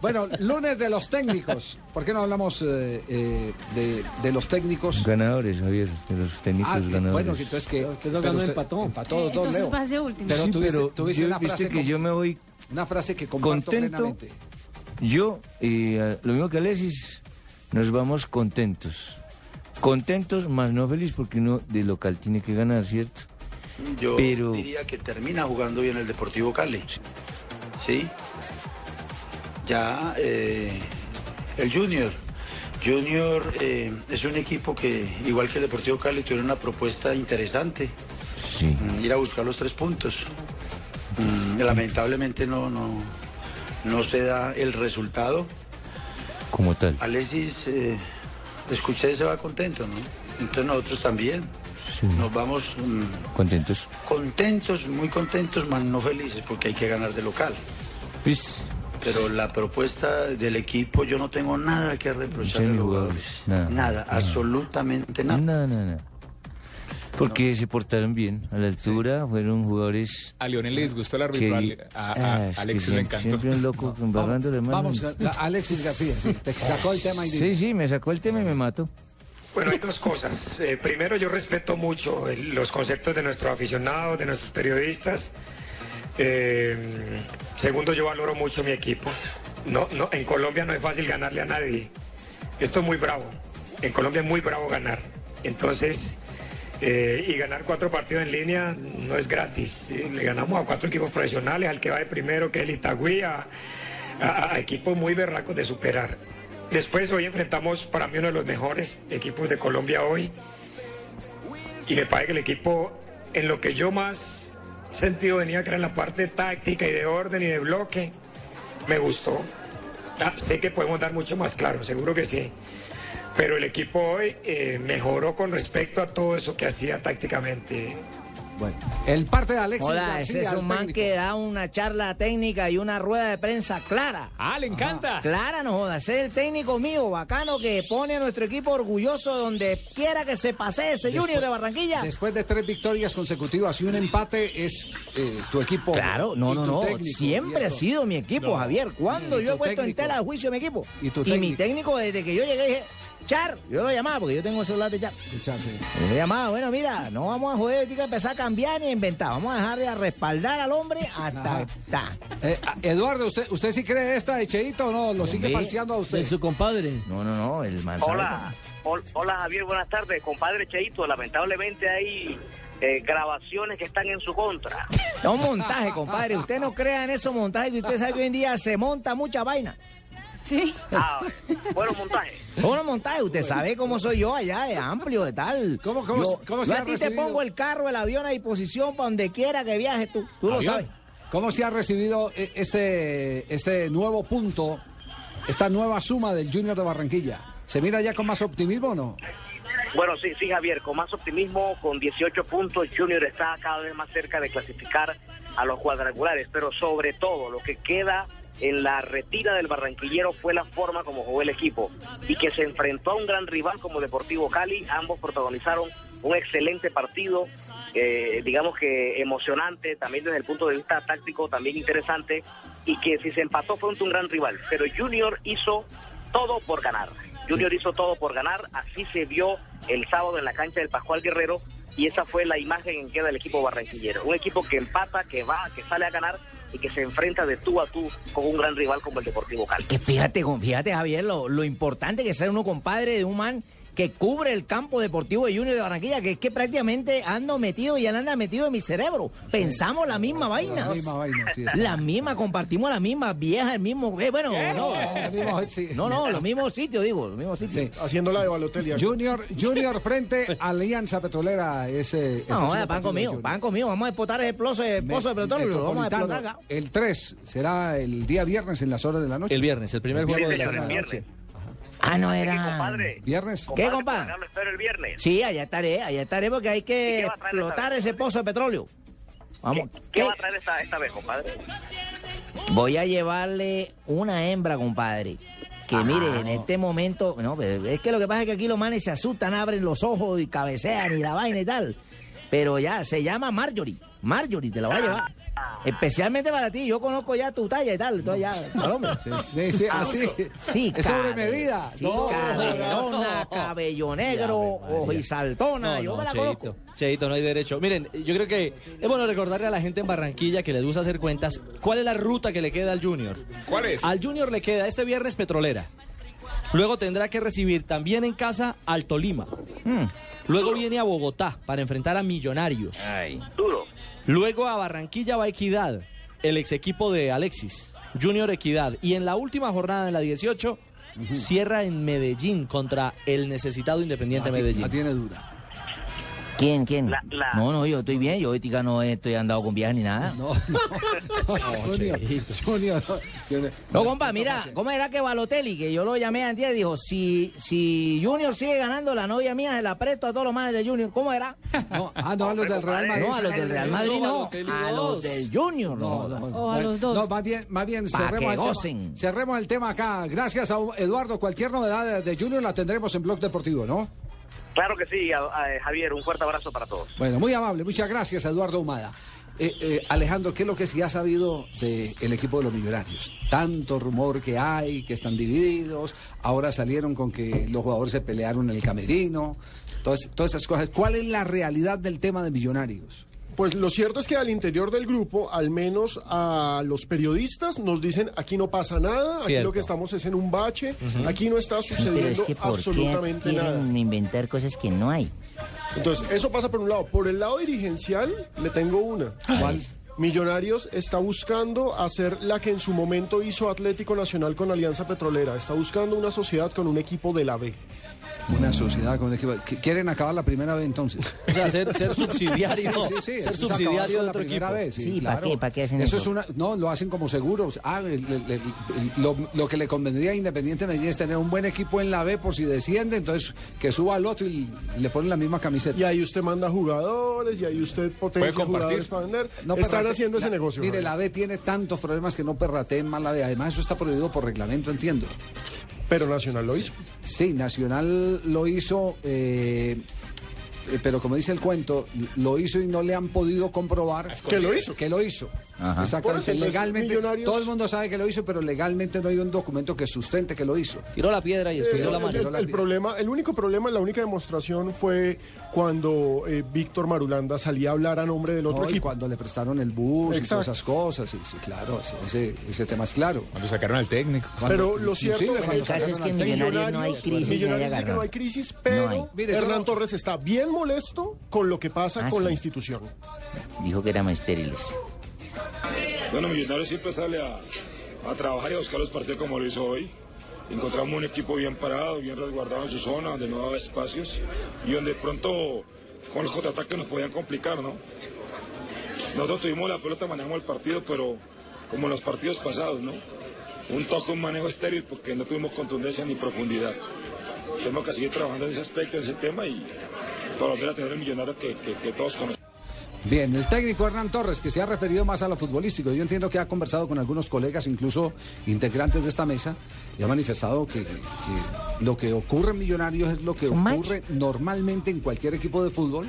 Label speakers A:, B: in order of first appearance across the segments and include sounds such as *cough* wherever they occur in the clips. A: Bueno, lunes de los técnicos. ¿Por qué no hablamos eh, eh, de, de los técnicos?
B: Ganadores, Javier, de los técnicos
A: Ah, eh,
B: ganadores.
A: bueno, entonces que.
C: Usted no ganó, empató.
A: Empató dos,
D: Entonces
A: Leo.
D: vas de último.
A: Pero
B: Sí,
A: tuviste,
B: pero
A: tuviste
B: yo-
A: una
B: viste
A: frase.
B: que
A: con-
B: yo me voy
A: Una frase que comparto
B: contento.
A: plenamente.
B: Yo, y eh, lo mismo que Alexis, nos vamos contentos. Contentos, más no feliz, porque uno de local tiene que ganar, ¿cierto?
E: Yo
B: Pero-
E: diría que termina jugando bien el Deportivo Cali. ¿Sí? Ya eh, el Junior. Junior eh, es un equipo que, igual que el Deportivo Cali, tiene una propuesta interesante.
B: Sí.
E: Mm, Ir a buscar los tres puntos. Mm, lamentablemente no, no, no se da el resultado.
B: Como tal.
A: Ah,
E: Alexis, eh, escuché, se va contento, ¿no? Entonces nosotros también
B: Sí.
E: nos vamos mm,
B: Contentos.
E: contentos, muy contentos, mas no felices porque hay que ganar de local.
B: ¿Viste?
E: Pero la propuesta del equipo, yo no tengo nada que reprochar a
B: Sí,
E: los
B: jugadores,
E: jugadores.
B: nada,
E: Nada,
B: nada.
E: absolutamente
B: No,
E: nada.
B: no, no. Porque se portaron bien, a la altura, fueron jugadores...
F: A Lionel le disgustó el árbitro,
B: Ah, que-
F: a, a- a
B: Ah, es que
F: Alexis le
B: siempre-
F: encantó. *laughs*
B: Siempre un
A: *laughs*
B: loco embarrando la mano.
A: Vamos, a- a Alexis García. sí, te sacó el tema y dijo.
B: Sí, sí, me sacó el tema y me mató.
G: Bueno, hay dos cosas. Eh, primero, yo respeto mucho el- los conceptos de nuestros aficionados, de nuestros periodistas. Eh, segundo, yo valoro mucho mi equipo. No, no, en Colombia no es fácil ganarle a nadie. Esto es muy bravo. En Colombia es muy bravo ganar. Entonces, eh, y ganar cuatro partidos en línea no es gratis. Eh, Le ganamos a cuatro equipos profesionales, al que va de primero, que es el Itagüí, a, a- a equipos muy berracos de superar. Después hoy enfrentamos para mí uno de los mejores equipos de Colombia hoy. Y me parece que el equipo, en lo que yo más sentido venía, que era en la parte táctica y de orden y de bloque, me gustó. Ah, sé que podemos dar mucho más claro, seguro que sí. Pero el equipo hoy eh, mejoró con respecto a todo eso que hacía tácticamente.
A: Bueno, el parte de Alexis
H: Hola,
A: García.
H: ese es
A: el
H: un man
A: técnico.
H: que da una charla técnica y una rueda de prensa clara.
F: ¡Ah, le encanta!
H: Clara, no jodas, es el técnico mío, bacano, que pone a nuestro equipo orgulloso donde quiera que se pase ese Junior de Barranquilla.
A: Después de tres victorias consecutivas y un empate, es eh, tu equipo.
H: Claro,
A: y
H: no, no,
A: tu
H: no.
A: técnico, y
H: Siempre ha
A: esto.
H: sido mi equipo, Javier. Cuando
A: Y
H: yo he
A: tu
H: puesto en
A: técnico.
H: tela de juicio mi equipo.
A: Y tu
H: mi
A: técnico.
H: técnico, desde que yo llegué, dije, Char, yo lo llamaba porque yo tengo el celular de Char.
A: Chance.
H: Yo lo llamaba, bueno, mira, no vamos a joder, ahorita a empezar a cambiar ni a inventar. Vamos a dejar de a respaldar al hombre hasta.
A: Ajá.
H: hasta.
A: Eh, a- Eduardo, ¿usted, ¿usted sí cree esta de Cheito o no? ¿Lo sigue
B: Hombre,
A: parcheando a usted?
C: De su compadre.
B: No, no, no, el man
H: Pues
B: sabe
I: Hola, hol- hola Javier, buenas tardes. Compadre Cheito, lamentablemente hay eh, grabaciones que están en su contra.
H: Es un montaje, compadre. Usted no crea en esos montajes que usted sabe que hoy en día se monta mucha vaina.
D: Sí.
I: Ah, bueno, *laughs* montaje.
H: Son unos montajes. Usted sabe cómo soy yo allá, de amplio, de tal.
A: ¿Cómo- cómo-
H: yo,
A: cómo
H: yo
A: se ha
H: a ti te
A: recibido?
H: pongo el carro, el avión a disposición para donde quiera que viajes tú. Tú lo
F: ¿Avión?
H: sabes.
A: ¿Cómo se ha recibido eh, este, este nuevo punto, esta nueva suma del Junior de Barranquilla? ¿Se mira ya con más optimismo o no?
I: Bueno, sí, sí, Javier, con más optimismo, con 18 puntos, Junior está cada vez más cerca de clasificar a los cuadrangulares, pero sobre todo lo que queda en la retira del barranquillero fue la forma como jugó el equipo y que se enfrentó a un gran rival como Deportivo Cali, ambos protagonizaron un excelente partido, eh, digamos que emocionante, también desde el punto de vista táctico, también interesante, y que si se empató fue ante un gran rival, pero Junior hizo todo por ganar. Junior hizo todo por ganar, así se vio el sábado en la cancha del Pascual Guerrero y esa fue la imagen en que queda el equipo barranquillero. Un equipo que empata, que va, que sale a ganar y que se enfrenta de tú a tú con un gran rival como el Deportivo Cali.
H: Que fíjate, con- fíjate, Javier, lo, lo importante que es ser uno compadre de un man que cubre el campo deportivo de Junior de Barranquilla, que es que prácticamente ando metido y él anda metido en mi cerebro. Pensamos la misma vaina.
A: La misma vaina, sí. es-
H: La misma, compartimos la misma, vieja, el mismo. eh, bueno, no,
A: La misma- sí.
H: no, no, los mismos sitios, digo, los mismos sitios.
A: Sí.
J: Haciendo la de Balotelli.
A: Junior, junior frente a Alianza Petrolera. Ese, el
H: No,
A: próximo
H: vaya, van
A: partido del
H: conmigo,
A: Junior.
H: van conmigo. Vamos a explotar ese pozo, ese pozo de petróleo, lo vamos a
A: Metropolitano,
H: explotar acá.
A: El 3 será el día viernes en las horas de la noche.
C: El viernes, el primer
I: Sí,
C: juego de la
I: señor, el
C: semana.
I: viernes.
H: Ah, no,
I: Así que,
H: era.
I: compadre,
A: ¿Viernes?
H: ¿Qué,
I: compadre?
H: compadre?
I: para ganarlo espero el viernes.
H: Sí, allá estaré, allá estaré porque hay
I: ¿Y
H: que
I: qué va a traer esta
H: explotar
I: vez?
H: ese pozo de petróleo. Vamos,
I: ¿Qué, qué
H: ¿qué?
I: va a traer esta, esta vez, compadre?
H: Voy a llevarle una hembra, compadre. Que mire, en este momento, no, pero es que lo que pasa es que aquí los manes se asustan, abren los ojos y cabecean y la vaina y tal. Pero ya, se llama Marjorie. Marjorie, te la voy a llevar. Especialmente para ti, yo conozco ya tu talla y tal, entonces ya, paloma.
A: Este, Sí, sí, así.
H: Sí,
A: Es sobre
H: Karen.
A: medida.
H: Sí,
A: No,
H: Caderona, cabello negro,
C: Ave María.
H: ojisaltona, yo me la
C: Cheito,
H: conozco.
C: Cheito, no hay derecho. Miren, yo creo que es bueno recordarle a la gente en Barranquilla que les gusta hacer cuentas cuál es la ruta que le queda al Junior.
F: ¿Cuál es?
C: Al Junior le queda este viernes Petrolera. Luego tendrá que recibir también en casa al Tolima.
E: Hmm.
C: Luego viene a Bogotá para enfrentar a Millonarios.
I: Duro.
C: Luego a Barranquilla va Equidad, el ex equipo de Alexis, Junior Equidad. Y en la última jornada, en la 18, cierra en Medellín contra el necesitado Independiente
A: la ti-
C: Medellín.
A: la tiene dura.
H: ¿Quién, quién?
I: La- la-
H: No, no, yo estoy bien, yo ahorita no estoy andado con viajes ni nada.
A: No,
H: No, *laughs*
A: no, no, Junior, Junior, no, Junior.
H: compa, mira, ¿cómo era que Balotelli, que yo lo llamé antes y dijo, si, si Junior sigue ganando, la novia mía se la presto a todos los manes de Junior, ¿cómo era?
A: No, ah, no, a los del Real Madrid.
H: No, a los del Real Madrid no, a los del Junior,
A: No,
H: no.
A: no, no.
D: O a los dos.
A: No, más bien, más bien
H: Pa' que
A: cerremos, el tema,
H: gocen.
A: cerremos el tema acá. Gracias a Eduardo. Cualquier novedad de, de Junior la tendremos en Blog Deportivo, ¿no?
I: Claro que sí, a- a- Javier, un fuerte abrazo para todos.
A: Bueno, muy amable. Muchas gracias, Eduardo Humada. Eh, eh, Alejandro, ¿qué es lo que se ha sabido del equipo de los millonarios? Tanto rumor que hay, que están divididos, ahora salieron con que los jugadores se pelearon en el camerino, todas, todas esas cosas. ¿Cuál es la realidad del tema de millonarios?
E: Pues lo cierto es que al interior del grupo, al menos a los periodistas, nos dicen aquí no pasa nada, aquí
C: Cierto.
E: lo que estamos es en un bache, aquí no está
H: Sí, pero es
E: sucediendo
H: que ¿por qué
E: absolutamente nada.
H: quieren inventar cosas que no hay?
E: Entonces, eso pasa por un lado. Por el lado dirigencial, le tengo una.
A: ¿Cuál?
E: Millonarios está buscando hacer la que en su momento hizo Atlético Nacional con Alianza Petrolera. Está buscando una sociedad con un equipo de la B.
A: Una sociedad con un equipo. ¿Qui- ¿Quieren acabar la primera vez entonces?
C: O sea, ser, ser subsidiario,
A: *laughs* eso
C: ser
A: es
C: subsidiario
A: acabar
C: de
A: la
C: otro equipo.
A: primera vez,
H: Sí, ¿pa' qué? ¿Pa' qué hacen
A: eso?
H: eso?
A: es una, no, lo hacen como seguros. Ah, el- el- el- el- lo, lo que le convendría a Independiente Medellín es tener un buen equipo en la B por si desciende, entonces que suba al otro y le ponen la misma camiseta.
E: Y ahí usted manda jugadores, y ahí usted potencia
F: Puede compartir.
E: jugadores para vender.
A: No
C: pues,
E: Están
A: perrate-
E: haciendo ese
A: la-
E: negocio.
A: Mire,
E: Javier.
A: la B tiene tantos problemas que no perrateen más la B. Además, eso está prohibido por reglamento, entiendo.
E: Pero Nacional lo hizo.
A: Sí, Nacional lo hizo, eh, eh, pero como dice el cuento, lo hizo y no le han podido comprobar
E: ¿Que lo hizo?
A: que lo hizo.
K: Ajá.
E: Por eso,
A: Exactamente,
E: entonces,
A: legalmente,
E: Millonarios-
A: todo el mundo sabe que lo hizo, pero legalmente no hay un documento que sustente que lo hizo.
C: Tiró la piedra y
E: Eh,
C: escribió la
E: el-
C: mano.
E: el, el problema, el único problema, la única demostración fue cuando eh, Víctor Marulanda salía a hablar a nombre del otro
A: No, y
E: equipo.
A: cuando le prestaron el bus
E: Exacto.
A: y todas esas cosas, sí, sí, claro, sí, ese, ese tema es claro.
F: Cuando sacaron al técnico.
A: Cuando-
E: Pero lo cierto
A: inclusive cuando
E: es,
H: El caso
A: sacaron
H: es que
A: al
H: en
A: técnico-
H: Millonarios no hay crisis, ni
E: Millonarios
H: hay
E: dice que no
H: agarrón.
E: hay crisis,
H: No hay.
E: pero
A: Mire,
E: Hernán
A: todo-
E: Torres está bien molesto con lo que pasa
H: Ah,
E: con
H: sí.
E: la institución.
H: Dijo que éramos estériles.
G: Bueno, Millonarios siempre sale a, a trabajar y a buscar los partidos como lo hizo hoy. Encontramos un equipo bien parado, bien resguardado en su zona, donde no daba espacios y donde de pronto con los contraataques nos podían complicar, ¿no? Nosotros tuvimos la pelota, manejamos el partido, pero como en los partidos pasados, ¿no? Un toque, un manejo estéril porque no tuvimos contundencia ni profundidad. Tenemos que seguir trabajando en ese aspecto, en ese tema y para volver a tener el millonario que, que- que todos conocemos.
A: Bien, el técnico Hernán Torres, que se ha referido más a lo futbolístico, yo entiendo que ha conversado con algunos colegas, incluso integrantes de esta mesa, y ha manifestado que, que lo que ocurre en Millonarios es lo que
H: Un match.
A: ocurre normalmente en cualquier equipo de fútbol,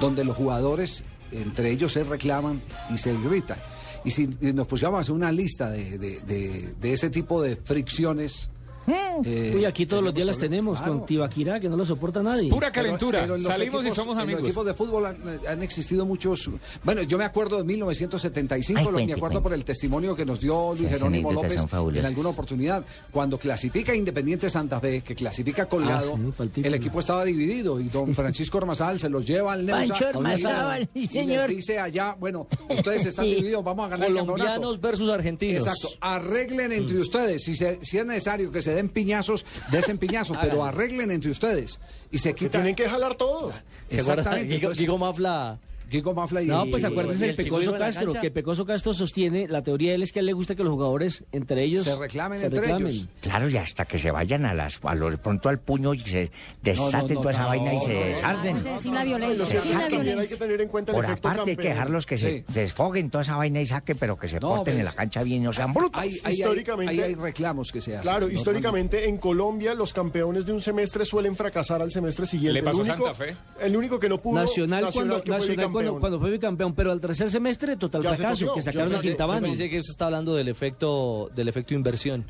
A: donde los jugadores entre ellos se reclaman y se irritan. Y si nos pusiéramos a hacer una lista de, de- de- de ese tipo de fricciones...
H: Mm.
A: eh,
L: Uy, aquí todos los días las
A: tenemos,
L: tenemos
A: claro.
L: con Tibaquirá, que no lo soporta nadie.
F: Pura
A: Pero-
F: calentura.
A: pero en los
F: Salimos
A: equipos-
F: y somos
A: En los
F: amigos.
A: equipos de fútbol han, eh, han existido muchos. Bueno, yo me acuerdo de 1975,
H: Ay,
A: lo- me
H: cuente,
A: acuerdo
H: cuente.
A: por el testimonio que nos dio Luis
H: esas
A: Jerónimo
H: anécdotas
A: López
H: son fabulosas.
A: en alguna oportunidad. Cuando clasifica Independiente Santa Fe, que clasifica colgado,
L: sí, para el título.
A: el equipo estaba dividido y don Francisco Ormazal se los lleva al Neusa.
H: Pancho
A: a una
H: Ormazábal,
A: lista,
H: sí,
A: y les
H: señor.
A: dice allá, bueno, ustedes están divididos, vamos a ganar el campeonato.
C: Colombianos versus argentinos.
A: Exacto, arreglen entre ustedes. Si, se- si es necesario que se den piñazos, desen piñazos, pero arreglen entre ustedes. Y se
E: Que
A: quitan.
E: tienen que jalar todo.
C: ¿Se acuerdan?
A: Exactamente.
C: Digo,
A: entonces-
C: Digo Mafla.
A: Diego Mafla y
L: No,
A: y-
L: pues acuérdense
C: y
L: de
C: el chigüiro
L: Pecoso
C: en la
L: Castro,
C: cancha.
L: que Pecoso Castro sostiene, la teoría de él es que a él le gusta que los jugadores entre ellos
A: Se reclamen
L: se
A: entre
L: reclamen.
A: ellos.
H: Claro, y hasta que se vayan a las, a lo- pronto al puño y se desaten
A: no,
H: toda esa
A: no,
H: vaina y se
A: no, no,
H: desarden.
D: Sí, sin la
E: Y Lo
D: violencia.
E: cierto
D: Sin la
E: es que también hay que
D: violencia.
E: tener en cuenta el
H: Por
E: efecto
H: aparte hay que
E: campeón.
H: dejarlos que
A: Sí.
H: se, se desfoguen toda esa vaina y saquen, pero que se
A: No,
H: porten
A: pues,
H: en la cancha bien y no sean brutos.
A: Hay, hay-
E: Históricamente-
A: hay- hay reclamos que se hacen.
E: Claro, históricamente en Colombia los campeones de un semestre suelen fracasar al semestre siguiente.
F: Le pasó
E: el único,
F: Santa Fe.
E: El único que no pudo.
L: Nacional, cuando,
E: que fue
L: Nacional
M: cuando, cuando fue bicampeón, pero al tercer semestre, total
J: Ya se
M: fracaso,
J: cogió.
M: que sacaron a
C: pensé- yo
M: Quintabani.
C: pensé que usted está hablando del efecto, del efecto inversión,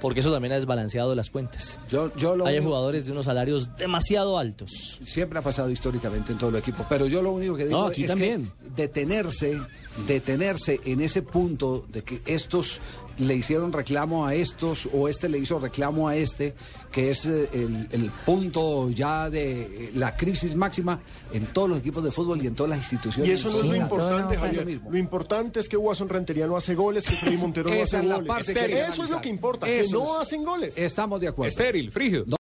C: porque eso también ha desbalanceado las cuentas.
A: Yo, yo lo
C: Hay
A: único-
C: jugadores de unos salarios demasiado altos.
A: Siempre ha pasado históricamente en todos los equipos, pero yo lo único que digo
M: No, aquí
A: es
M: también.
A: que detenerse, detenerse en ese punto de que estos le hicieron reclamo a estos o este le hizo reclamo a este, que es eh, el, el punto ya de eh, la crisis máxima en todos los equipos de fútbol y en todas las instituciones.
J: Y eso no es lo
A: Sí,
J: importante,
A: no, no,
J: Javier.
A: lo mismo.
J: Lo importante es que Watson Rentería no hace goles, que Freddy Montero no
A: Esa
J: hace
A: es la
J: goles.
A: parte que hay que
J: Eso es lo
A: analizar.
J: que importa,
A: Eso
J: que no
A: es.
J: hacen goles.
A: Estamos de acuerdo.
F: Estéril, frígido.